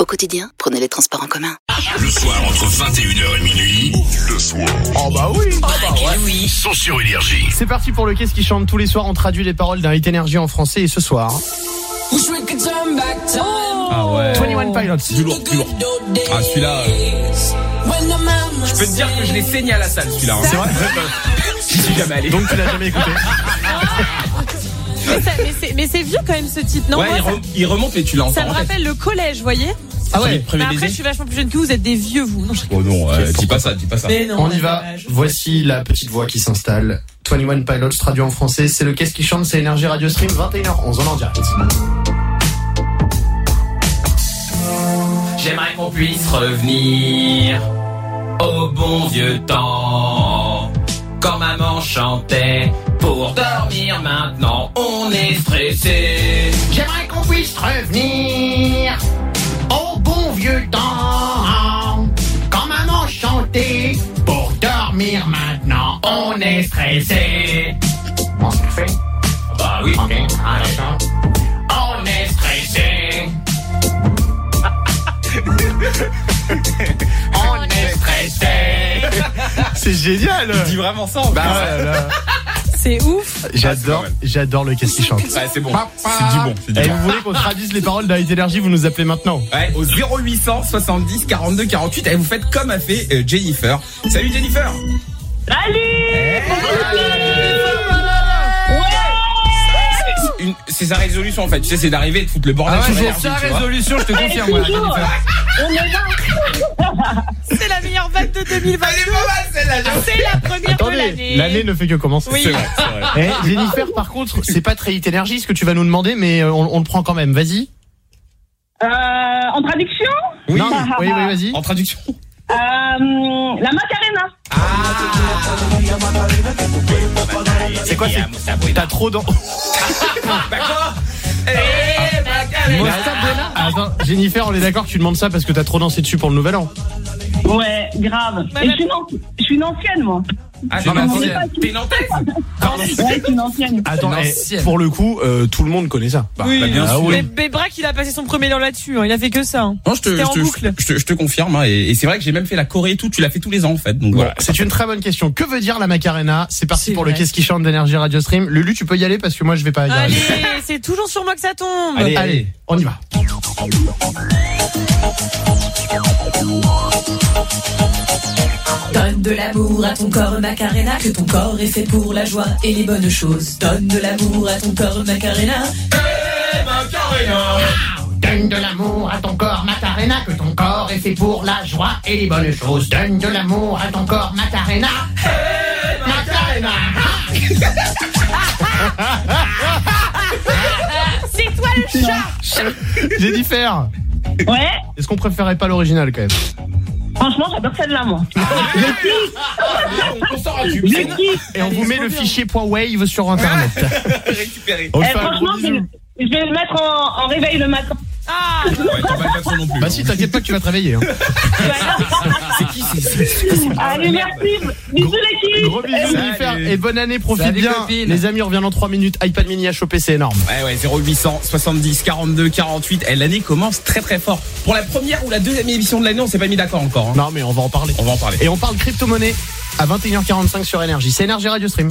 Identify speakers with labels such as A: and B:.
A: Au quotidien, prenez les transports en commun.
B: Le soir entre 21h et minuit. Le soir. Oh bah oui. Sont sur Énergie.
C: C'est parti pour le Qu'est-ce qui chante tous les soirs. On traduit les paroles d'un hit énergie en français et ce soir.
D: Wish we could turn back time.
C: 21 Pilots.
E: Du lourd, du lourd. Ah, celui-là,
D: When the man was
E: Je peux te dire que je l'ai saigné à la salle, celui-là. hein. C'est vrai J'y suis jamais allé.
C: Donc tu l'as jamais écouté.
F: Mais, ça- mais c'est- mais c'est vieux quand même ce titre, non
E: ouais,
F: Moi,
E: il,
F: ça,
E: re- il remonte, mais tu l'as
F: ça
E: encore
F: me
E: en tête.
F: rappelle le collège, vous voyez
E: Ah ouais,
F: Mais
E: premier
F: après, je
E: baiser.
F: suis vachement plus jeune que vous, vous êtes des vieux, vous. Non, je-
E: Oh non, euh, dis pas ça, dis pas ça.
D: Mais non,
C: On
D: la
C: y va.
D: dommage.
C: Voici la petite voix qui s'installe. 21 Pilots traduit en français. C'est le Qu'est-ce qui chante C'est Énergie Radio Stream 21h11 en direct.
E: J'aimerais qu'on puisse revenir au bon vieux temps. Quand maman chantait pour dormir maintenant, on est stressé.
C: J'aimerais qu'on puisse revenir au bon vieux temps. Quand maman chantait pour dormir maintenant,
E: On est stressé.
C: on se fait.
E: Bah oui,
C: Ok, d'accord.
E: on est stressé. on est stressé.
C: C'est génial.
E: Dis vraiment ça en
C: Ah
E: fait.
C: ouais, là.
F: C'est ouf.
C: J'adore, j'adore le Qu'est-ce qui chante.
E: Ouais, c'est bon. C'est du bon, c'est du
C: Et
E: bon.
C: vous voulez qu'on traduise les paroles d'Aït Énergie, vous nous appelez maintenant.
E: Ouais, au 0800 70 42 48 et vous faites comme a fait euh, Jennifer. Salut Jennifer. C'est une- C'est sa résolution en fait, tu sais, c'est d'arriver et de foutre le bordel. sur l'énergie, Ah tu vois.
C: résolution, je te confirme.
F: C'est la meilleure vague de 2020.
E: Elle est pas mal celle-là, j'avoue.
F: Ah, C'est la première de
C: Attendez,
F: l'année.
C: l'année ne fait que commencer.
F: Oui.
E: C'est vrai, c'est vrai.
C: Eh, Jennifer, par contre, c'est pas très hit énergie ce que tu vas nous demander, mais euh, on, on le prend quand même. Vas-y.
G: Euh, en traduction,
E: Oui,
C: Non, oui, oui, vas-y.
E: en traduction.
G: euh, la Macarena.
C: C'est quoi, c'est- T'as trop dans.
E: Bah quoi Eh, Macarena.
C: Ah, Attends, Jennifer, on est d'accord que tu demandes ça parce que t'as trop dansé dessus pour le nouvel an.
G: Ouais, grave.
F: Ouais,
G: Et
F: mais-
G: je suis, une anci- je suis une ancienne, moi.
E: Ah, t'es
C: Non, mais
E: nantaise.
G: attendez.
E: T'es nantaise Pardon.
G: Ouais, je suis une ancienne.
C: Attends,
E: Non,
C: eh,
E: si.
C: pour le coup, euh, tout le monde connaît ça.
F: Oui,
E: Bah, bien
F: mais
E: sûr.
F: Bébrac, il a passé son premier dans là-dessus. hein. Il a fait que ça. hein.
E: Non, je te,
F: C'était en
E: je, te,
F: boucle.
E: je te- je te confirme, hein, et, et c'est vrai que j'ai même fait la Corée et tout, tu l'as fait tous les ans en fait, donc
C: Voilà,
E: voilà.
C: c'est une très bonne question. Que veut dire la Macarena C'est parti
F: C'est
C: pour le
F: vrai.
C: Qu'est-ce qui chante d'énergie Radio Stream. Lulu, tu peux y aller parce que moi Bah, je vais pas y
F: Allez,
C: arriver.
F: c'est toujours sur moi que ça tombe.
E: Allez.
C: Allez, on y va.
D: Donne de l'amour à ton corps Macarena, que ton corps est fait pour la joie et les bonnes choses. Donne de l'amour à ton corps Macarena.
C: Donne de l'amour à ton corps, Macarena, que ton corps est fait pour la joie et les bonnes choses. Donne de l'amour à ton corps, Macarena. Macarena.
F: C'est toi le chat.
C: Jennifer,
G: Ouais,
C: est-ce qu'on préférait pas l'original quand même
G: franchement, j'adore celle-là, moi.
E: On s'en rend
G: Je kiffe.
C: Et on vous met le fichier .wave sur internet.
E: récupéré.
C: On
G: Eh,
C: le fait un gros
G: franchement, je
C: bisou.
G: je vais le mettre en, en réveil le matin.
F: Ah,
E: Ouais, t'emballes pas trop non plus.
C: Bah
E: hein.
C: si, t'inquiète pas que tu vas travailler. Hein.
E: C'est qui c'est
G: Allez, merci. Bisous, l'équipe.
C: Gros bisous
E: Salut.
C: Jennifer et bonne année, profite
E: Salut,
C: bien.
E: copine.
C: Les amis, on revient dans 3 minutes. iPad mini à choper, c'est énorme.
E: Ouais ouais 0800 70 42 48 Eh, l'année commence très très fort pour la première ou la deuxième émission de l'année on s'est pas mis d'accord encore hein.
C: Non mais on va en parler.
E: on va en parler
C: Et on parle crypto-monnaie à 21h45 sur Énergie. C'est Énergie Radio Stream.